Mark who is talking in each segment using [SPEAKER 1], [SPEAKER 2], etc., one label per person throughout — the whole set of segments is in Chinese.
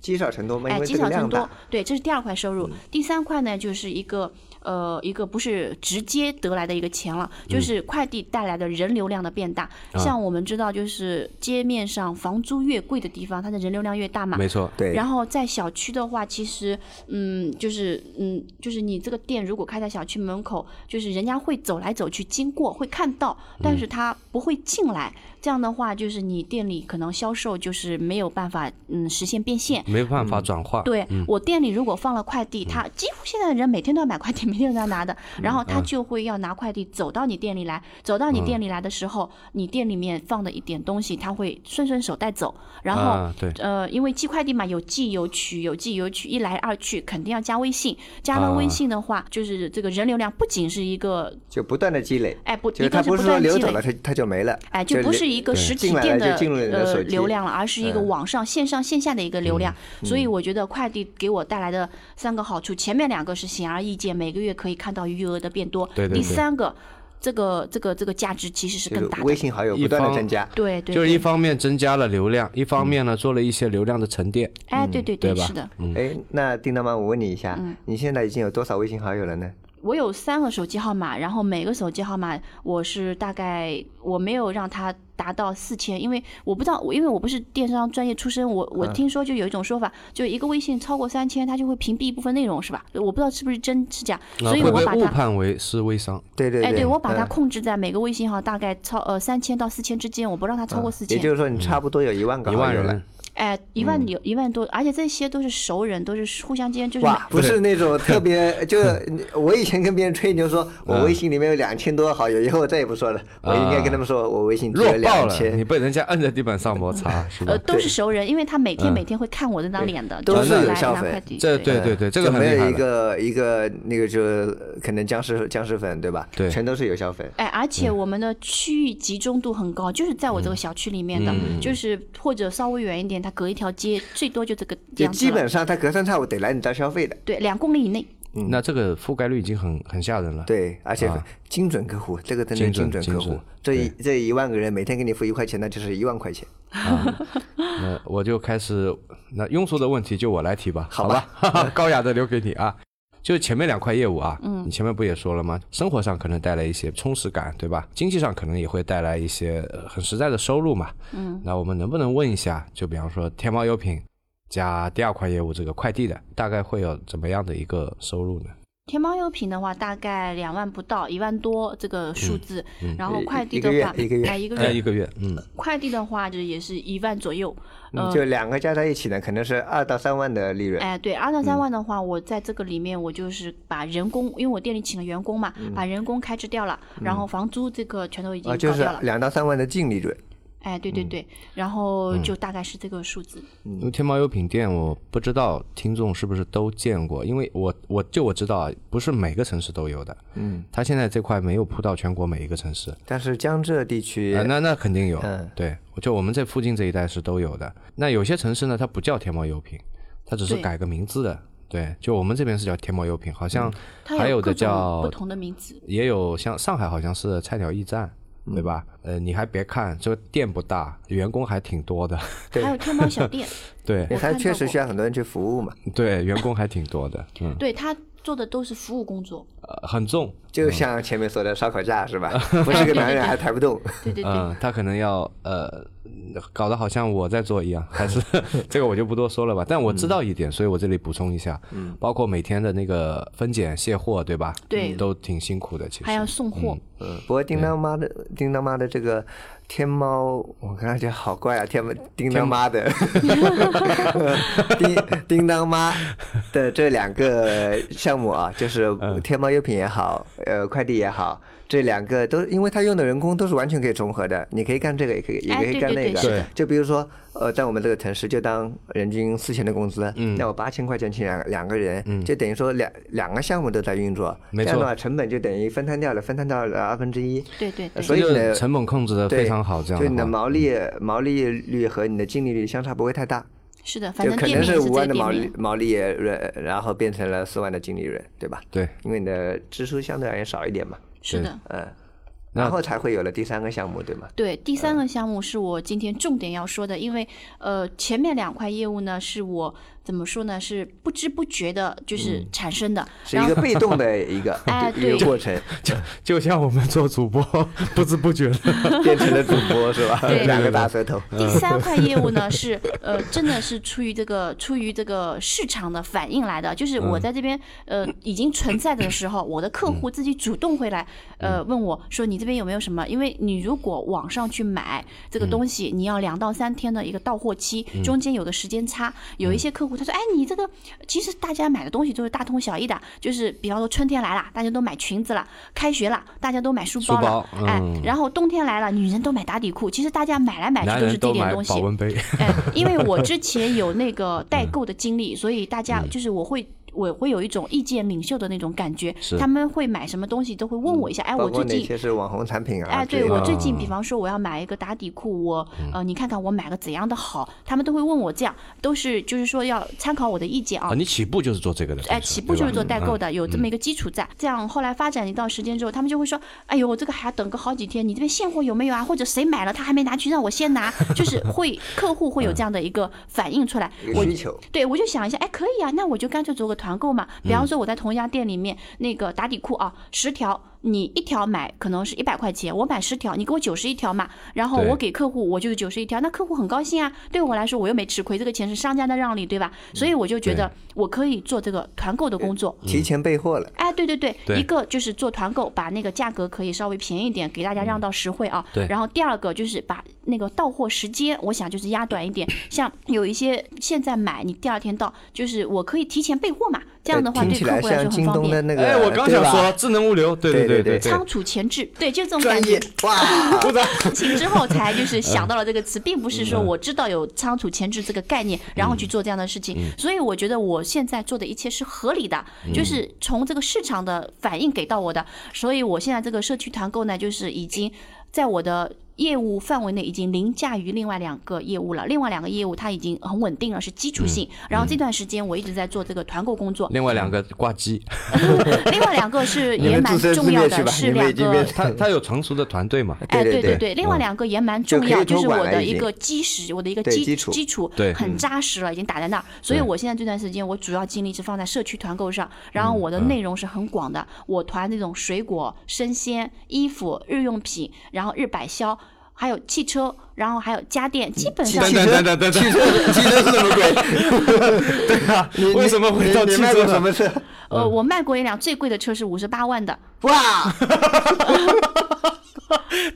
[SPEAKER 1] 积少成多嘛，因
[SPEAKER 2] 哎，
[SPEAKER 1] 为
[SPEAKER 2] 积
[SPEAKER 1] 这
[SPEAKER 2] 少
[SPEAKER 1] 个量
[SPEAKER 2] 成
[SPEAKER 1] 大嗯
[SPEAKER 2] 多。，对，这是第二块收入。第三块呢，就是一个呃，一个不是直接得来的一个钱了，
[SPEAKER 1] 嗯
[SPEAKER 2] 就是快递带来的人流量的变大。
[SPEAKER 3] 啊
[SPEAKER 2] 像我们知道，就是街面上房租越贵的地方，它的人流量越大嘛。
[SPEAKER 3] 没错，
[SPEAKER 1] 对，
[SPEAKER 2] 然后在小区的话，其实，嗯，就是，嗯，就是你这个店如果开在小区门口，就是人家会走来走去经过，会看到，但
[SPEAKER 1] 嗯
[SPEAKER 2] 是他不会进来。这样的话，就是你店里可能销售就是没有办法，嗯，实现变现。
[SPEAKER 3] 没办法转化。
[SPEAKER 2] 对、
[SPEAKER 1] 嗯
[SPEAKER 2] 我店里如果放了快递，他几乎现在的人每天都要买快递，每天都要拿的，
[SPEAKER 1] 嗯
[SPEAKER 2] 然后他就会要拿快递走到你店里来，
[SPEAKER 1] 嗯
[SPEAKER 2] 走到你店里来的时候，你店里面放的一点东西，他会顺顺手带走，然后、
[SPEAKER 3] 啊，对，
[SPEAKER 2] 呃，因为寄快递嘛，有寄有取，有寄有取，一来二去肯定要加微信。加
[SPEAKER 1] 啊
[SPEAKER 2] 了微信的话，就是这个人流量不仅是一个，
[SPEAKER 1] 就不断的积累。
[SPEAKER 2] 哎，不，
[SPEAKER 1] 就
[SPEAKER 2] 一
[SPEAKER 1] 是它
[SPEAKER 2] 个
[SPEAKER 1] 不
[SPEAKER 2] 不
[SPEAKER 1] 是说
[SPEAKER 2] 断积
[SPEAKER 1] 流走了
[SPEAKER 2] 累。
[SPEAKER 1] 它它就没了，
[SPEAKER 2] 哎，就不
[SPEAKER 1] 流
[SPEAKER 2] 是一个
[SPEAKER 3] 对
[SPEAKER 2] 实体
[SPEAKER 1] 进来
[SPEAKER 2] 店
[SPEAKER 1] 了
[SPEAKER 2] 的
[SPEAKER 1] 就进入你的
[SPEAKER 2] 呃
[SPEAKER 1] 手机
[SPEAKER 2] 流量了，而是一个
[SPEAKER 1] 嗯
[SPEAKER 2] 网上线上线下的一个流量。所以我觉得快递给我带来的三个好处，前面两个是显而易见，每个月可以看到余额的变多。
[SPEAKER 3] 对对
[SPEAKER 2] 第
[SPEAKER 3] 对
[SPEAKER 2] 三个，这个这个这个价值其实是
[SPEAKER 1] 就
[SPEAKER 2] 更
[SPEAKER 1] 是
[SPEAKER 2] 大
[SPEAKER 1] 微
[SPEAKER 2] 的。
[SPEAKER 1] 信好友
[SPEAKER 3] 一
[SPEAKER 1] 不断的
[SPEAKER 3] 方
[SPEAKER 1] 增加，
[SPEAKER 2] 对对，
[SPEAKER 3] 就是
[SPEAKER 2] 对
[SPEAKER 3] 一方面增加了流量，一方面呢做了一些流量的沉淀。
[SPEAKER 2] 哎，
[SPEAKER 1] 嗯
[SPEAKER 2] 对对
[SPEAKER 3] 对吧
[SPEAKER 2] 是的，
[SPEAKER 1] 哎，那叮当妈，我问你一下，
[SPEAKER 2] 嗯
[SPEAKER 1] 你现在已经有多少微信好友了呢？
[SPEAKER 2] 我有三个手机号码，然后每个手机号码我是大概我没有让它达到四千，因为我不知道，我因为我不是电商专业出身，我我听说就有一种说法，就一个微信超过三千，它就会屏蔽一部分内容，是吧？我不知道是不是真是假，
[SPEAKER 3] 啊
[SPEAKER 2] 所以
[SPEAKER 3] 会
[SPEAKER 2] 我
[SPEAKER 3] 被
[SPEAKER 2] 把
[SPEAKER 3] 误
[SPEAKER 2] 它。
[SPEAKER 3] 判为是微商，
[SPEAKER 1] 对对
[SPEAKER 2] 哎，对，我把它
[SPEAKER 1] 嗯
[SPEAKER 2] 控制在每个微信号大概超呃三千到四千之间，我不让它超过四
[SPEAKER 1] 嗯也就
[SPEAKER 2] 千。
[SPEAKER 1] 是说你差不多有一万个
[SPEAKER 3] 一
[SPEAKER 1] 好
[SPEAKER 3] 万
[SPEAKER 1] 友了
[SPEAKER 3] 人。，
[SPEAKER 2] 哎，一万有一万多，而且这些都是熟人，都是互相之间就是
[SPEAKER 1] 哇，不
[SPEAKER 3] 对
[SPEAKER 1] 是那 种特别，就是我以前跟别人吹牛说，
[SPEAKER 3] 嗯
[SPEAKER 1] 我微信里面有两千多好友，以后我再也不说了。我应该跟他们说，我微信只
[SPEAKER 3] 弱
[SPEAKER 1] 有
[SPEAKER 3] 爆
[SPEAKER 1] 两
[SPEAKER 3] 了，
[SPEAKER 1] 千嗯
[SPEAKER 3] 你，被人家摁在地板上摩擦，是吧
[SPEAKER 2] 呃？都是熟人，因为他每天
[SPEAKER 3] 嗯
[SPEAKER 2] 每天会看我那张脸的，
[SPEAKER 1] 都
[SPEAKER 2] 就是是
[SPEAKER 1] 有
[SPEAKER 2] 来
[SPEAKER 1] 效
[SPEAKER 2] 拿
[SPEAKER 1] 粉
[SPEAKER 2] 快递。
[SPEAKER 3] 这对对对，这个
[SPEAKER 1] 就
[SPEAKER 3] 很
[SPEAKER 1] 没
[SPEAKER 3] 厉
[SPEAKER 1] 有
[SPEAKER 3] 害
[SPEAKER 1] 一
[SPEAKER 3] 了。
[SPEAKER 1] 个一个那个就是可能僵尸僵尸粉对吧？
[SPEAKER 3] 对
[SPEAKER 1] 全都是有效粉。
[SPEAKER 2] 哎，而
[SPEAKER 1] 嗯
[SPEAKER 2] 且我们的区域集中度很高，就是在我这个小区里面的，
[SPEAKER 1] 嗯
[SPEAKER 2] 就是或者稍微远一点，它隔一条街，最多就这个这
[SPEAKER 1] 就
[SPEAKER 2] 样子
[SPEAKER 1] 基
[SPEAKER 2] 了
[SPEAKER 1] 本上他隔三差五得来你这儿消费的，
[SPEAKER 2] 对两公里以内。
[SPEAKER 3] 那这个覆盖率已经很很吓人了。
[SPEAKER 1] 对，而且
[SPEAKER 3] 啊
[SPEAKER 1] 精准客户，这个真的
[SPEAKER 3] 精准
[SPEAKER 1] 精准客
[SPEAKER 3] 精
[SPEAKER 1] 户
[SPEAKER 3] 准，
[SPEAKER 1] 这一这一万个人每天给你付一块钱，那就是一万块钱。
[SPEAKER 3] 啊那 我就开始，那庸俗的问题就我来提吧，
[SPEAKER 1] 好
[SPEAKER 3] 好吧， 高雅的留给你啊。就前面两块业务啊，嗯，你前面不也说了吗？生活上可能带来一些充实感，对吧？经济上可能也会带来一些呃很实在的收入嘛。嗯，那我们能不能问一下，就比方说天猫优品加第二块业务这个快递的，大概会有怎么样的一个收入呢？
[SPEAKER 2] 天猫优品的话，大概两万不到，一万多这个数字。然后
[SPEAKER 1] 嗯一
[SPEAKER 2] 快递
[SPEAKER 1] 一个
[SPEAKER 2] 的
[SPEAKER 1] 月
[SPEAKER 2] 话，
[SPEAKER 1] 一个月
[SPEAKER 2] 哎，一个
[SPEAKER 3] 呃，
[SPEAKER 2] 月
[SPEAKER 3] 一，个月，嗯，
[SPEAKER 2] 快递的话就也是一万左右。
[SPEAKER 1] 嗯
[SPEAKER 2] 呃，
[SPEAKER 1] 就两个加在一起呢，可能是二到三万的利润。啊
[SPEAKER 2] 哎，对，二到三
[SPEAKER 1] 嗯
[SPEAKER 2] 万的话，我在这个里面我就是把人工，因为我店里请了员工嘛，把人工开支掉了，然后房租这个全都已经
[SPEAKER 1] 嗯啊，
[SPEAKER 2] 搞
[SPEAKER 1] 就是
[SPEAKER 2] 掉了。
[SPEAKER 1] 两嗯到三万的净利润，
[SPEAKER 2] 哎，对对对，然后
[SPEAKER 1] 嗯
[SPEAKER 2] 就大概是这个数字。
[SPEAKER 3] 因为天猫优品店，我不知道听众是不是都见过，因为我我就我知道啊，不是每个城市都有的。嗯，它现在这块没有铺到全国每一个城市，
[SPEAKER 1] 但是江浙地区
[SPEAKER 3] 呃、那那肯定有。
[SPEAKER 1] 嗯
[SPEAKER 3] 对，就我们这附近这一带是都有的。那有些城市呢，它不叫天猫优品，它只是
[SPEAKER 2] 对
[SPEAKER 3] 改个名字的。对，就我们这边是叫天猫优品，好像
[SPEAKER 2] 嗯它
[SPEAKER 3] 还有
[SPEAKER 2] 各
[SPEAKER 3] 的
[SPEAKER 2] 种
[SPEAKER 3] 叫
[SPEAKER 2] 不同的名字。
[SPEAKER 3] 也有像上海好像是菜鸟驿站，对吧？呃，你还别看这个店不大，员工还挺多的。
[SPEAKER 1] 对
[SPEAKER 2] 还有天猫 小店，
[SPEAKER 3] 对
[SPEAKER 1] 因为它
[SPEAKER 2] 看到
[SPEAKER 1] 确实
[SPEAKER 2] 过
[SPEAKER 1] 需要很多人去服务嘛，
[SPEAKER 3] 对，员工还挺多的。嗯，
[SPEAKER 2] 对他做的都是服务工作。
[SPEAKER 3] 呃很重。
[SPEAKER 1] 就像前面说的烧烤架是 吧？不是个男人还抬不动，
[SPEAKER 2] 对对对，
[SPEAKER 3] 嗯，他可能要呃，搞得好像我在做一 样，还是 这个我就不多说了吧。但我知道一
[SPEAKER 2] 嗯
[SPEAKER 3] 点，所以我这里补充一下，包括每天的那个分拣卸货，对吧？
[SPEAKER 2] 对
[SPEAKER 3] 都挺辛苦的，其
[SPEAKER 2] 还要
[SPEAKER 3] 实。
[SPEAKER 2] 送货。
[SPEAKER 1] 嗯，不过叮当妈的叮当妈的这个天猫，我刚才觉得好怪啊，天猫叮当妈的叮叮当妈的这两个项目啊，就是天猫优品也好，呃，快递也好。这两个都，因为它用的人工都是完全可以重合的，你可以干这个，也可以，也
[SPEAKER 2] 哎
[SPEAKER 1] 可以
[SPEAKER 2] 对
[SPEAKER 1] 干那
[SPEAKER 2] 对对
[SPEAKER 1] 个。
[SPEAKER 2] 是
[SPEAKER 3] 的
[SPEAKER 1] 就比如说，呃，在我们这个城市，就当人均四千的工资，
[SPEAKER 3] 嗯
[SPEAKER 1] 那我八千块钱请两两个人，就等于说两两个项目都在运作，
[SPEAKER 3] 没
[SPEAKER 1] 这样的
[SPEAKER 3] 错
[SPEAKER 1] 话成本就等于分摊掉了，分摊到了二分之一。
[SPEAKER 2] 对对对，
[SPEAKER 1] 呃所以
[SPEAKER 3] 哎这
[SPEAKER 1] 呢
[SPEAKER 3] 个成本控制的
[SPEAKER 1] 对
[SPEAKER 3] 非常好，这样
[SPEAKER 1] 就你的
[SPEAKER 3] 的话，
[SPEAKER 1] 毛利毛利率和你的净利率相差不会太大，
[SPEAKER 2] 是的，反
[SPEAKER 1] 就
[SPEAKER 2] 正
[SPEAKER 1] 可
[SPEAKER 2] 店
[SPEAKER 1] 能
[SPEAKER 2] 面也
[SPEAKER 1] 是
[SPEAKER 2] 是这
[SPEAKER 1] 五
[SPEAKER 2] 个
[SPEAKER 1] 万的毛
[SPEAKER 2] 店
[SPEAKER 1] 利
[SPEAKER 2] 面。
[SPEAKER 1] 毛利润，然后变成了四万的净利润，对吧？
[SPEAKER 3] 对，
[SPEAKER 1] 因为你的支出相对而言少一点嘛，
[SPEAKER 2] 是的，
[SPEAKER 1] 嗯，
[SPEAKER 3] 那
[SPEAKER 1] 然后才会有了第三个项目，对嗯吗？
[SPEAKER 2] 对，第三个项目是我今天重点要说的，因为呃，前面两块业务呢是我怎么说呢，是不知不觉的，就是产生的。
[SPEAKER 1] 嗯是
[SPEAKER 2] 然
[SPEAKER 1] 一
[SPEAKER 2] 后
[SPEAKER 1] 个被动的一个
[SPEAKER 2] 哎
[SPEAKER 1] 一个
[SPEAKER 2] 对
[SPEAKER 1] 过程，
[SPEAKER 3] 就像我们做 主播，不知不觉的，
[SPEAKER 1] 变成了主播是吧？
[SPEAKER 2] 对
[SPEAKER 1] 两个大舌头，
[SPEAKER 3] 嗯
[SPEAKER 2] 第三块业务 呢是呃，真的是出于这个出于这个市场的反应来的，就是
[SPEAKER 3] 嗯
[SPEAKER 2] 我在这边呃已经存在的时候，我的客户自己主动会来呃
[SPEAKER 3] 嗯
[SPEAKER 2] 问我说你这边有没有什么？因为你如果网上去买这个
[SPEAKER 3] 嗯
[SPEAKER 2] 东西，你要两到三天的一个到货期，中间有个时间差。有
[SPEAKER 3] 嗯
[SPEAKER 2] 一些客户他说，哎，你这个其实大家买的东西都是大同小异的，就是比方说春天来了，大家都买裙子了；开学了，大家都买书包
[SPEAKER 3] 书
[SPEAKER 2] 了
[SPEAKER 3] 包。
[SPEAKER 2] 哎
[SPEAKER 3] 嗯，
[SPEAKER 2] 然后冬天来了，女人都买打底裤。其实大家买来买去
[SPEAKER 3] 男
[SPEAKER 2] 都
[SPEAKER 3] 人
[SPEAKER 2] 哎是这
[SPEAKER 3] 都
[SPEAKER 2] 点
[SPEAKER 3] 买
[SPEAKER 2] 东西
[SPEAKER 3] 保。温嗯杯，
[SPEAKER 2] 哎，因为我之前有那 个代购的经历，所以大家
[SPEAKER 3] 嗯
[SPEAKER 2] 就是我会。我会有一种意见领袖的那种感觉，他们会买什么东西都会问
[SPEAKER 3] 嗯
[SPEAKER 2] 我一下，哎，
[SPEAKER 1] 包
[SPEAKER 2] 我
[SPEAKER 1] 括
[SPEAKER 2] 最
[SPEAKER 1] 哪
[SPEAKER 2] 近，
[SPEAKER 1] 些是网红产品啊？
[SPEAKER 2] 哎，
[SPEAKER 1] 之
[SPEAKER 2] 对
[SPEAKER 1] 类的
[SPEAKER 2] 我最近，比方说我要买一个打底裤，我
[SPEAKER 3] 嗯
[SPEAKER 2] 呃，你看看我买个怎样的好，他们都会问我这样，都是就是说要参考我的意见啊
[SPEAKER 3] 啊，。你起步就是做这个的，
[SPEAKER 2] 哎，起步就是做代购
[SPEAKER 3] 的，
[SPEAKER 2] 的，有这么一个基础在。这样后来发展一段时间之后，他们就会说：“哎呦，我这个还要等个好几天，你这边现货有没有啊？或者谁买了他还没拿去，让我先拿。”就是会 客户会有这样的一个反应出来。
[SPEAKER 1] 一个
[SPEAKER 2] 我
[SPEAKER 1] 需求，
[SPEAKER 2] 对，我就想一下，哎，可以啊，那我就干脆做个团购嘛。比方说我在同一家店里面，那个打底裤啊，十条，你一条买可能是一百块钱，我买十条，你给我九十一条嘛，然后
[SPEAKER 3] 对
[SPEAKER 2] 我给客户我就是九十一条，那客户很高兴啊，对我来说我又没吃亏，这个钱是商家的让利，对吧？所以我就觉得我可以做这个团购的工作。
[SPEAKER 1] 提前备货了，
[SPEAKER 2] 哎，对对对，
[SPEAKER 3] 对
[SPEAKER 2] 一个就是做团购，把那个价格可以稍微便宜一点，给大家让到实惠啊。
[SPEAKER 3] 对
[SPEAKER 2] 然后第二个就是把那个到货时间，我想就是压短 一点。像有一些现在买，你第二天到，就是我可以提前备货嘛，这样的话
[SPEAKER 1] 哎听
[SPEAKER 2] 对
[SPEAKER 1] 起
[SPEAKER 2] 客
[SPEAKER 1] 来
[SPEAKER 2] 户来
[SPEAKER 1] 像
[SPEAKER 2] 说很
[SPEAKER 1] 京
[SPEAKER 2] 方
[SPEAKER 1] 东的
[SPEAKER 2] 便。
[SPEAKER 1] 那个，
[SPEAKER 3] 哎，我刚
[SPEAKER 1] 对
[SPEAKER 3] 想
[SPEAKER 1] 吧
[SPEAKER 3] 说智能物流，对
[SPEAKER 1] 对对
[SPEAKER 3] 对
[SPEAKER 1] 对
[SPEAKER 3] 对
[SPEAKER 2] 仓，储前置，对，就是这种感
[SPEAKER 1] 专
[SPEAKER 2] 觉
[SPEAKER 1] 业。 哇，
[SPEAKER 3] 不
[SPEAKER 2] 请之后才
[SPEAKER 1] 嗯
[SPEAKER 2] 就是想到了这个词，并不是说我知道有仓储前置这个概
[SPEAKER 1] 嗯
[SPEAKER 2] 念，然后去做这样的事情。所以我觉得我现在做的一切是合理的，
[SPEAKER 1] 嗯
[SPEAKER 2] 就是从这个市场的反应给到我的。所以我现在这个社区团购呢，就是已经在我的。业务范围内已经凌驾于另外两个业务了，另外两个业务它已经很稳定了，是基础性。
[SPEAKER 1] 嗯
[SPEAKER 2] 然后这段时间我一直在做这个团购 工作，
[SPEAKER 3] 另外两个 挂机，
[SPEAKER 2] 另外两个是
[SPEAKER 1] 你
[SPEAKER 2] 也
[SPEAKER 1] 们
[SPEAKER 2] 蛮
[SPEAKER 1] 自生自
[SPEAKER 2] 重要
[SPEAKER 1] 灭去
[SPEAKER 2] 的，
[SPEAKER 1] 吧，
[SPEAKER 2] 是
[SPEAKER 1] 你们
[SPEAKER 2] 两
[SPEAKER 1] 已经
[SPEAKER 2] 个
[SPEAKER 1] 变
[SPEAKER 3] 他他有成熟的团队嘛，
[SPEAKER 2] 哎，
[SPEAKER 1] 对
[SPEAKER 2] 对
[SPEAKER 1] 对嗯
[SPEAKER 2] 对，另外两个也蛮重
[SPEAKER 1] 就可
[SPEAKER 2] 要，
[SPEAKER 1] 以
[SPEAKER 2] 就
[SPEAKER 1] 托
[SPEAKER 2] 是
[SPEAKER 1] 管
[SPEAKER 2] 我
[SPEAKER 1] 了
[SPEAKER 2] 的
[SPEAKER 1] 已
[SPEAKER 2] 一
[SPEAKER 1] 经
[SPEAKER 2] 个基石，我的一个
[SPEAKER 1] 对
[SPEAKER 2] 基
[SPEAKER 1] 基础嗯
[SPEAKER 2] 基础
[SPEAKER 3] 对
[SPEAKER 2] 很扎实了，已经打在那儿。所以我现在这段时间，我主要精力是放在社区团购上，然
[SPEAKER 1] 嗯
[SPEAKER 2] 后我的内容是很广的，我团那种水果、生鲜、衣服、日用品，然后日百销，还有汽车，然后还有家电，
[SPEAKER 1] 嗯
[SPEAKER 2] 基本上
[SPEAKER 3] 等等等等等等，
[SPEAKER 1] 汽车 是汽车是什么鬼？
[SPEAKER 3] 对啊
[SPEAKER 1] 你，
[SPEAKER 3] 为什么会到
[SPEAKER 1] 你
[SPEAKER 3] 汽
[SPEAKER 1] 你卖
[SPEAKER 3] 车
[SPEAKER 1] 过什
[SPEAKER 3] 上？
[SPEAKER 1] 么 车？
[SPEAKER 2] 呃，
[SPEAKER 1] 嗯
[SPEAKER 2] 我卖过一辆最贵的车是五十八 万的，
[SPEAKER 1] 哇，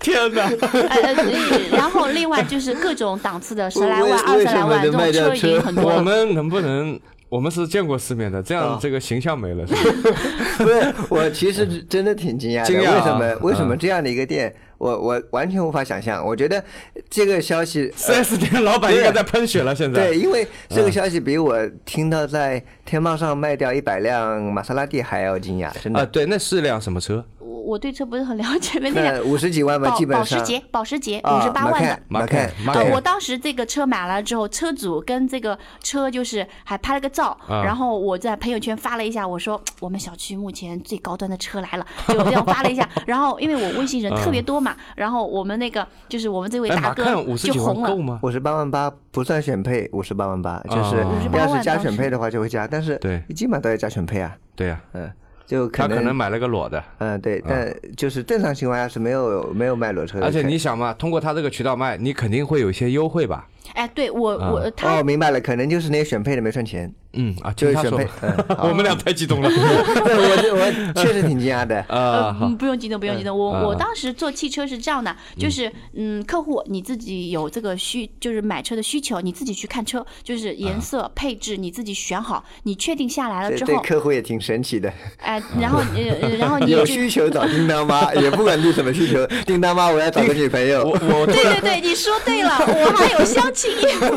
[SPEAKER 3] 天哪！
[SPEAKER 2] 呃呃，呃然后另外就是各种档次的十来
[SPEAKER 1] 为
[SPEAKER 2] 万、二十
[SPEAKER 1] 为什
[SPEAKER 2] 来
[SPEAKER 1] 么
[SPEAKER 2] 万这
[SPEAKER 1] 能卖
[SPEAKER 2] 种
[SPEAKER 1] 掉
[SPEAKER 2] 车已经
[SPEAKER 1] 车
[SPEAKER 2] 很多
[SPEAKER 3] 我
[SPEAKER 2] 了。
[SPEAKER 3] 们能不能？我们是见过世面的，这样
[SPEAKER 1] 啊
[SPEAKER 3] 这个形象没了，是吧
[SPEAKER 1] 不是，我其实真的挺惊讶的，
[SPEAKER 3] 惊讶
[SPEAKER 1] 为
[SPEAKER 3] 啊
[SPEAKER 1] 什么为什么
[SPEAKER 3] 嗯
[SPEAKER 1] 这样的一个店，我我完全无法想象。我觉得这个消息
[SPEAKER 3] ？4S 店老板应该在喷血了，现
[SPEAKER 1] 嗯
[SPEAKER 3] 在。嗯
[SPEAKER 1] 对，因为这个消息比我听到在天猫上卖掉一百辆玛莎拉蒂还要惊讶，真
[SPEAKER 3] 啊，
[SPEAKER 1] 的。
[SPEAKER 3] 对，那是辆什么车？
[SPEAKER 2] 我我对车不是很了解， 那辆
[SPEAKER 1] 那五十几万吧，
[SPEAKER 2] 保
[SPEAKER 1] 基本
[SPEAKER 2] 保时
[SPEAKER 1] 上。
[SPEAKER 2] 捷，保时捷
[SPEAKER 1] 啊
[SPEAKER 2] 五十八万的。
[SPEAKER 1] 马
[SPEAKER 3] 马
[SPEAKER 1] 看
[SPEAKER 3] 看
[SPEAKER 1] 马
[SPEAKER 3] 马
[SPEAKER 1] 看
[SPEAKER 3] 看
[SPEAKER 2] 对，我当时这个车买了之后，车主跟这个车就是还拍了个照，
[SPEAKER 3] 啊
[SPEAKER 2] 然后我在朋友圈发了一下，我说我们小区目前最高端的车来了，就这样发了一 下。然后因为我微信人特别多嘛，然后我们那个就是我们这位
[SPEAKER 3] 嗯哎，
[SPEAKER 2] 大
[SPEAKER 3] 马看
[SPEAKER 2] 哥
[SPEAKER 3] 五十
[SPEAKER 2] 就
[SPEAKER 3] 几万
[SPEAKER 2] 红
[SPEAKER 3] 够
[SPEAKER 2] 了。
[SPEAKER 3] 吗？
[SPEAKER 1] 五十八万八不算选配，五十八万八就是
[SPEAKER 3] 啊
[SPEAKER 1] 要
[SPEAKER 2] 58
[SPEAKER 1] 是
[SPEAKER 2] 万
[SPEAKER 1] 加
[SPEAKER 2] 当
[SPEAKER 1] 选
[SPEAKER 2] 时
[SPEAKER 1] 配的话就会加，但是
[SPEAKER 3] 对
[SPEAKER 1] 基本上都要加选配啊，
[SPEAKER 3] 对呀，
[SPEAKER 1] 嗯，就可
[SPEAKER 3] 他可能
[SPEAKER 1] 能
[SPEAKER 3] 买了个裸的。
[SPEAKER 1] 嗯对，但就是正常情况下是没有没有卖裸车的，
[SPEAKER 3] 而且你想嘛，通过他这个渠道卖，你肯定会有一些优惠吧？
[SPEAKER 2] 哎，对我
[SPEAKER 3] 啊
[SPEAKER 2] 我他
[SPEAKER 1] 哦明白了，可能就是那些选配的没算钱，
[SPEAKER 3] 嗯啊，
[SPEAKER 1] 就
[SPEAKER 3] 听
[SPEAKER 1] 是选
[SPEAKER 3] 他说
[SPEAKER 1] 配啊
[SPEAKER 3] 吧，，
[SPEAKER 1] 嗯， 好
[SPEAKER 3] 我们俩太激动了
[SPEAKER 1] 对我我确实挺惊讶的，
[SPEAKER 3] 啊！
[SPEAKER 2] 呃，
[SPEAKER 3] 好
[SPEAKER 2] 嗯，不用激动，不用激动。我
[SPEAKER 3] 啊
[SPEAKER 2] 我当时做汽车是这样的，就是嗯，客户你自己有这个需，就是买车的需求，你自己去看车，就是颜色、配置你自己选好，你确定下来了
[SPEAKER 1] 对
[SPEAKER 2] 之
[SPEAKER 1] 对
[SPEAKER 2] 后，
[SPEAKER 1] 客户也挺神奇的，
[SPEAKER 2] 哎，然后呃呃，然后 你
[SPEAKER 1] 有
[SPEAKER 2] 就
[SPEAKER 1] 需求找叮当 妈，也不管你什么需求，叮当妈我要找个女朋友
[SPEAKER 3] 我，我
[SPEAKER 2] 对对对，你说对了，我还有相亲 业务。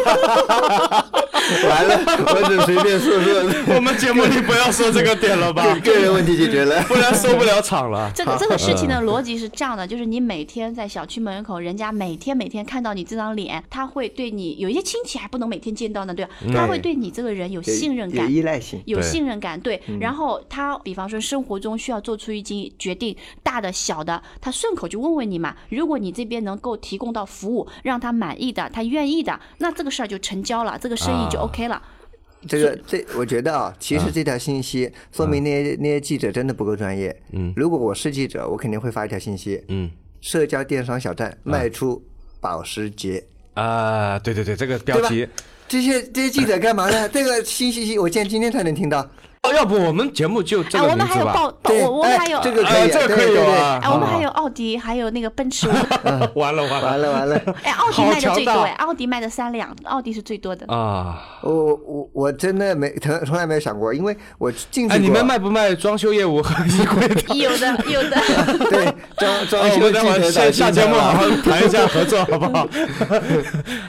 [SPEAKER 1] 完了我只随便说 说，
[SPEAKER 3] 我们节目里不要说这个点了吧，
[SPEAKER 1] 个个人问题解决了。
[SPEAKER 3] 不然收不了场了。
[SPEAKER 2] 这个这个事情的逻辑是这样的，就是你每天在小区门口，人家每天每天看到你这张脸，他会对你有一些亲戚还不能每天见到呢，对吧？他会对你这个人有 信任
[SPEAKER 1] 有
[SPEAKER 2] 感。
[SPEAKER 1] 依赖性。
[SPEAKER 2] 有
[SPEAKER 3] 对嗯
[SPEAKER 2] 信任感，对。然后他，比方说生活中需要做出一些决定，大的、小的，他顺口就问问你嘛。如果你这边能够提供到服务，让他满意的，他愿意的，那这个事儿就成交了，这个生意就
[SPEAKER 3] 啊
[SPEAKER 2] OK 了。
[SPEAKER 1] 这个这，我觉得啊，其实这条信息说明那些那些记者真的不够专业。啊嗯，如果我是记者，我肯定会发一条信息：
[SPEAKER 3] 嗯
[SPEAKER 1] 社交电商小站卖出保时捷，
[SPEAKER 3] 啊，对对对，这个标
[SPEAKER 1] 对吧
[SPEAKER 3] 题，？
[SPEAKER 1] 这些这些记者干嘛呢？这 个信息我见今天才能听到。
[SPEAKER 3] 哦，要不我们节目就这
[SPEAKER 2] 哎，
[SPEAKER 3] 个
[SPEAKER 2] 我
[SPEAKER 3] 名
[SPEAKER 2] 们还
[SPEAKER 3] 字
[SPEAKER 2] 有
[SPEAKER 3] 吧
[SPEAKER 2] 报，。报
[SPEAKER 1] 对
[SPEAKER 2] 我我们
[SPEAKER 1] 哎
[SPEAKER 2] 还有，
[SPEAKER 1] 这个可
[SPEAKER 3] 哎
[SPEAKER 1] 以，
[SPEAKER 3] 这个
[SPEAKER 1] 对
[SPEAKER 3] 可以
[SPEAKER 1] 对
[SPEAKER 3] 有
[SPEAKER 1] 对
[SPEAKER 3] 啊
[SPEAKER 2] 哎，我们还
[SPEAKER 3] 好
[SPEAKER 2] 有奥迪，还有那个奔 驰五，
[SPEAKER 1] 啊
[SPEAKER 3] 完了完了
[SPEAKER 1] 完了完了，
[SPEAKER 2] 哎，奥迪
[SPEAKER 3] 好
[SPEAKER 2] 卖的
[SPEAKER 3] 强
[SPEAKER 2] 最多，
[SPEAKER 3] 大
[SPEAKER 2] 哎，奥迪卖的三辆，奥迪是最多的。
[SPEAKER 3] 啊！
[SPEAKER 1] 我呃我我真的没从从来没有想过，因为我进
[SPEAKER 3] 哎，
[SPEAKER 1] 去
[SPEAKER 3] 你
[SPEAKER 1] 过
[SPEAKER 3] 们。卖不卖装修业务和衣柜 的？
[SPEAKER 2] 有的有的，
[SPEAKER 1] 对，装
[SPEAKER 3] 啊
[SPEAKER 1] 装
[SPEAKER 3] 我
[SPEAKER 1] 修记
[SPEAKER 3] 们待会儿
[SPEAKER 1] 者
[SPEAKER 3] 下
[SPEAKER 1] 找
[SPEAKER 3] 下啊
[SPEAKER 1] 新
[SPEAKER 3] 节
[SPEAKER 1] 材
[SPEAKER 3] 目
[SPEAKER 1] 料
[SPEAKER 3] 好 好谈一下合作，好不好？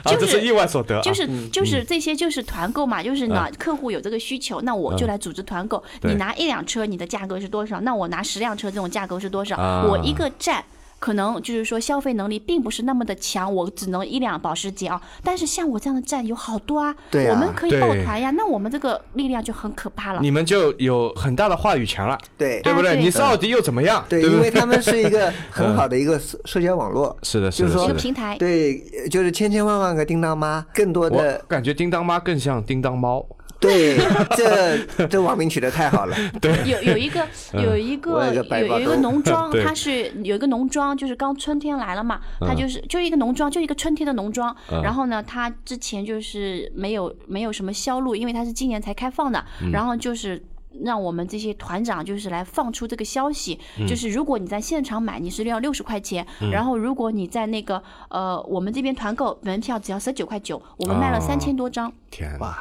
[SPEAKER 3] 啊，
[SPEAKER 2] 就
[SPEAKER 3] 这是
[SPEAKER 2] 是
[SPEAKER 3] 意外所得啊，
[SPEAKER 1] 嗯
[SPEAKER 3] 啊
[SPEAKER 2] 就是就是这些就是团购嘛，就是呢客户有这个需求，那我就来组织团购。
[SPEAKER 3] 对
[SPEAKER 2] 你拿一辆车，你的价格是多少？那我拿十辆车，这种价格是多少
[SPEAKER 3] 啊？
[SPEAKER 2] 我一个站。可能就是说消费能力并不是那么的强，我只能一辆保时捷啊。但是像我这样的站有好多啊，
[SPEAKER 1] 对啊
[SPEAKER 2] 我们可以抱
[SPEAKER 3] 对
[SPEAKER 2] 团呀。那我们这个力量就很可怕了。
[SPEAKER 3] 你们就有很大的话语权了，
[SPEAKER 1] 对
[SPEAKER 3] 对不
[SPEAKER 2] 啊
[SPEAKER 3] 对？
[SPEAKER 2] 对
[SPEAKER 3] 你是奥迪又怎么样？
[SPEAKER 1] 对，
[SPEAKER 3] 不
[SPEAKER 1] 因为
[SPEAKER 3] 对？
[SPEAKER 1] 他们是一 个很好的一个社社交网络，
[SPEAKER 3] 是的，是
[SPEAKER 1] 就是
[SPEAKER 3] 的，
[SPEAKER 1] 说
[SPEAKER 2] 一
[SPEAKER 3] 是
[SPEAKER 2] 个
[SPEAKER 3] 的。
[SPEAKER 2] 平台，
[SPEAKER 1] 对，呃就是千千万万个叮当妈，更多
[SPEAKER 3] 我
[SPEAKER 1] 的
[SPEAKER 3] 感觉叮当妈更像叮当猫，
[SPEAKER 1] 对，这这网名取得太 好了，
[SPEAKER 2] 有有一 个有一
[SPEAKER 1] 嗯我
[SPEAKER 2] 个
[SPEAKER 1] 有一个白
[SPEAKER 2] 有
[SPEAKER 1] 发
[SPEAKER 2] 有一 个
[SPEAKER 1] 狗
[SPEAKER 2] 农庄，
[SPEAKER 3] 对嗯
[SPEAKER 2] 它是有一个农庄，就是刚春天来了嘛，它就是就一个农庄，就一个春天的农庄。然后呢，它之前就是没有没有什么销路，因为它是今年才开放的。
[SPEAKER 3] 嗯
[SPEAKER 2] 然后就是。让我们这些团长就是来放出这个消息，
[SPEAKER 3] 嗯
[SPEAKER 2] 就是如果你在现场买，你是要六十块钱，然后如果你在那个呃我们这边团购门票只要十九块九，我们卖了
[SPEAKER 3] 哦
[SPEAKER 2] 三千多张，
[SPEAKER 3] 天
[SPEAKER 1] 哇！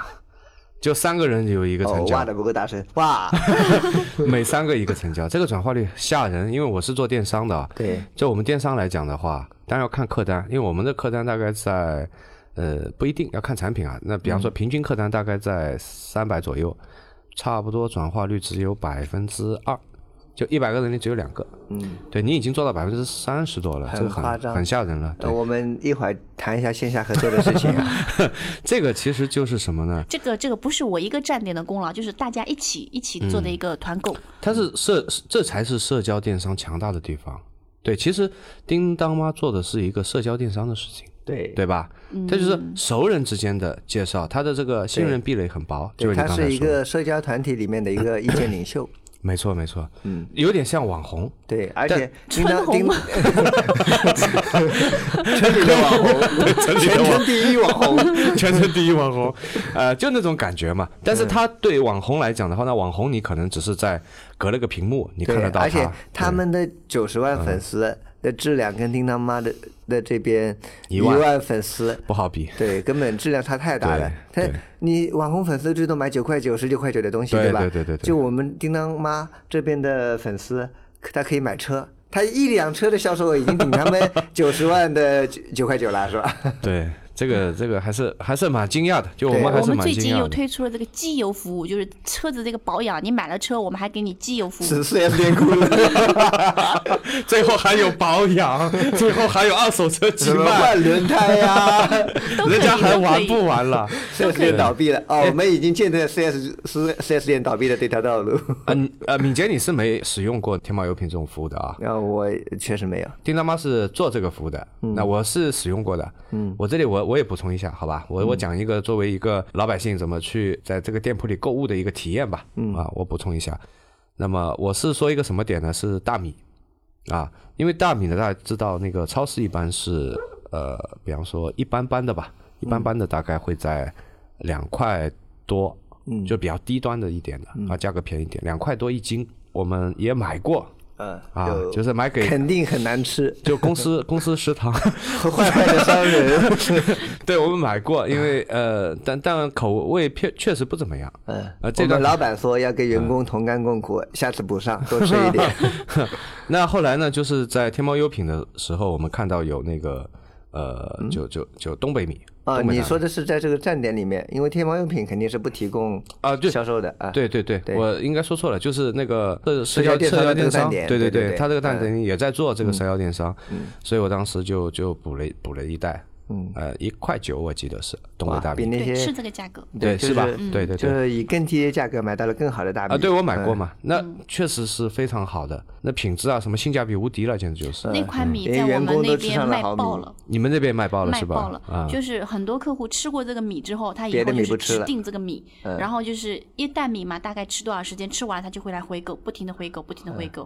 [SPEAKER 3] 就三个人有一个
[SPEAKER 1] 哦
[SPEAKER 3] 成，交
[SPEAKER 1] 哇，的不够大声， 哇，
[SPEAKER 3] 每三个一个成交，这个转化率吓人。因为我是做电商的啊，
[SPEAKER 1] 对，
[SPEAKER 3] 就我们电商来讲的话，当然要看客单，因为我们的客单大概在，呃，不一定要看产品啊。那比方说平均客单大概在三百左右，差不多转化率只有百分之二，就一百个人里只有两个。
[SPEAKER 1] 嗯，
[SPEAKER 3] 对你已经做到百分之三十多了，
[SPEAKER 1] 很
[SPEAKER 3] 这个很
[SPEAKER 1] 夸张
[SPEAKER 3] 很吓人了。
[SPEAKER 1] 呃
[SPEAKER 3] 对，
[SPEAKER 1] 我们一会儿谈一下线下合作的事情啊，
[SPEAKER 3] 这个其实就是什么呢？
[SPEAKER 2] 这个这个不是我一个站点的功劳，就是大家一起一起
[SPEAKER 3] 嗯
[SPEAKER 2] 做的一个团购。
[SPEAKER 3] 它是社，这才是社交电商强大的地方。对，其实叮当妈做的是一个社交电商的事情。
[SPEAKER 1] 对，
[SPEAKER 3] 对吧？
[SPEAKER 1] 嗯
[SPEAKER 3] 这就是熟人之间的介绍，他的这个信任壁垒很薄，就
[SPEAKER 1] 对，
[SPEAKER 3] 是你
[SPEAKER 1] 他
[SPEAKER 3] 刚才
[SPEAKER 1] 是一
[SPEAKER 3] 说的，
[SPEAKER 1] 个社交团体里面的一个意见领袖，
[SPEAKER 3] 没错没错，嗯，有点像 网红，
[SPEAKER 1] 对，而且叮
[SPEAKER 2] 春
[SPEAKER 1] 当
[SPEAKER 2] 红
[SPEAKER 1] 叮，村里的网红， 全村第一网红，
[SPEAKER 3] 全城第一网红，呃，就那种感觉嘛。但是他对网红来讲的话，那网红你可能只是在隔了个屏幕，你
[SPEAKER 1] 对，
[SPEAKER 3] 看得到
[SPEAKER 1] 而且
[SPEAKER 3] 他，嗯
[SPEAKER 1] 他们的九十万粉丝的质量跟叮当妈的的这边
[SPEAKER 3] 一
[SPEAKER 1] 一
[SPEAKER 3] 万
[SPEAKER 1] 万粉丝，
[SPEAKER 3] 不好比。
[SPEAKER 1] 对，根本质量差太大了。他
[SPEAKER 3] 对对
[SPEAKER 1] 你网红粉丝最多买九块九、十九块九的东西，
[SPEAKER 3] 对
[SPEAKER 1] 吧？
[SPEAKER 3] 对对对对
[SPEAKER 1] 就我们叮当妈这边的粉丝，可他可以买车。他一辆车的销售额已经顶他 们九十万的九九块九了，是吧？
[SPEAKER 3] 对，这个这个还是还是蛮惊讶的，就我
[SPEAKER 1] 嗯对
[SPEAKER 3] 们还
[SPEAKER 2] 我
[SPEAKER 3] 是
[SPEAKER 2] 们
[SPEAKER 3] 蛮
[SPEAKER 2] 最
[SPEAKER 3] 惊
[SPEAKER 2] 近
[SPEAKER 3] 讶
[SPEAKER 2] 又
[SPEAKER 3] 的。
[SPEAKER 2] 推出了这个机油服务，就是车子这个保养，你买了车，我们还给你机油服务。
[SPEAKER 1] 此时也变哭 了，
[SPEAKER 3] 最后还有保 养，最后还有二手车寄
[SPEAKER 1] 什么
[SPEAKER 3] 卖，
[SPEAKER 1] 换轮胎呀、
[SPEAKER 2] 都可以
[SPEAKER 3] 人家还
[SPEAKER 2] 都可
[SPEAKER 3] 玩
[SPEAKER 2] 以
[SPEAKER 3] 不玩了？
[SPEAKER 1] 4S 店倒闭了哦，我们已经见证了 4S 4 4S 店倒闭的这条道路。
[SPEAKER 3] 呃你呃，敏杰你是没使用过天猫优品这种服务的啊？
[SPEAKER 1] 然后我确实没有，
[SPEAKER 3] 叮当妈是做这个服务的，那我是使用过的。嗯，我这里我我也补充一下，好吧，我我讲一个作为一个老百姓怎么去在这个店铺里购物的一个体验吧。嗯啊，我补充一下。那么我是说一个什么点呢？是大米啊，因为大米呢，大家知道那个超市一般是呃，比方说一般般的吧，一般般的大概会在两块多，嗯，就比较低端的一点的、啊，价格便宜一点，两块多一斤，我们也买过。
[SPEAKER 1] 嗯
[SPEAKER 3] 啊，就是买给
[SPEAKER 1] 肯定很难吃，
[SPEAKER 3] 就 公司公司食堂，
[SPEAKER 1] 坏坏的商人。
[SPEAKER 3] 对我们买过，因为
[SPEAKER 1] 啊
[SPEAKER 3] 呃，但但口味确确实不怎么样。
[SPEAKER 1] 嗯，
[SPEAKER 3] 呃，
[SPEAKER 1] 我
[SPEAKER 3] 这
[SPEAKER 1] 们
[SPEAKER 3] 个嗯
[SPEAKER 1] 老板说要跟员工同甘共苦，下次补上，多吃一 点。啊
[SPEAKER 3] 那后来呢，就是在天猫优品的时候，我们看到有那个
[SPEAKER 1] 嗯
[SPEAKER 3] 呃，就就就东北米
[SPEAKER 1] 啊，
[SPEAKER 3] 东北大
[SPEAKER 1] 你说的是在这个站点里面，因为天猫用品肯定是不提供
[SPEAKER 3] 啊对
[SPEAKER 1] 销售的啊。
[SPEAKER 3] 对对对，
[SPEAKER 1] 对
[SPEAKER 3] 我应该说错了，就是那个呃
[SPEAKER 1] 社
[SPEAKER 3] 社交
[SPEAKER 1] 交电商的
[SPEAKER 3] 交
[SPEAKER 1] 这
[SPEAKER 3] 电
[SPEAKER 1] 个
[SPEAKER 3] 商，
[SPEAKER 1] 站点
[SPEAKER 3] 对
[SPEAKER 1] 对对嗯
[SPEAKER 3] 对，
[SPEAKER 1] 对
[SPEAKER 3] 他这个站点也在做这个社交电商，所以我当时就就补了一补了一袋
[SPEAKER 1] 嗯，
[SPEAKER 3] 呃，一块九我记得是东北
[SPEAKER 1] 哇
[SPEAKER 3] 大
[SPEAKER 1] 比
[SPEAKER 3] 米，
[SPEAKER 1] 那
[SPEAKER 2] 对，是
[SPEAKER 1] 些
[SPEAKER 2] 这个价格。
[SPEAKER 3] 对，
[SPEAKER 1] 就是
[SPEAKER 3] 吧？
[SPEAKER 1] 嗯
[SPEAKER 3] 对对
[SPEAKER 1] 就
[SPEAKER 3] 对。
[SPEAKER 1] 是以更低的价格买到了更好的大米
[SPEAKER 3] 啊，对我买过
[SPEAKER 1] 嗯
[SPEAKER 3] 嘛，那确实是非常好的，那品质啊，什么性价比无敌了，简直就是。
[SPEAKER 2] 那款米在
[SPEAKER 1] 连
[SPEAKER 2] 我
[SPEAKER 1] 员
[SPEAKER 2] 们
[SPEAKER 1] 工
[SPEAKER 2] 那
[SPEAKER 1] 都吃
[SPEAKER 2] 边
[SPEAKER 1] 上了
[SPEAKER 2] 卖
[SPEAKER 1] 好米
[SPEAKER 2] 爆了，
[SPEAKER 3] 你们那边卖爆了
[SPEAKER 2] 卖
[SPEAKER 3] 是吧？
[SPEAKER 2] 爆了，
[SPEAKER 3] 啊，
[SPEAKER 2] 就是很多客户吃过这个米之后，他以
[SPEAKER 1] 别
[SPEAKER 2] 后
[SPEAKER 1] 的
[SPEAKER 2] 就
[SPEAKER 1] 米
[SPEAKER 2] 是
[SPEAKER 1] 不吃
[SPEAKER 2] 只
[SPEAKER 1] 了嗯
[SPEAKER 2] 定这个米，
[SPEAKER 3] 嗯
[SPEAKER 2] 然后就是一袋米嘛，大概吃多少时间，吃完了他就会来回购，不停的回购，不停的回购。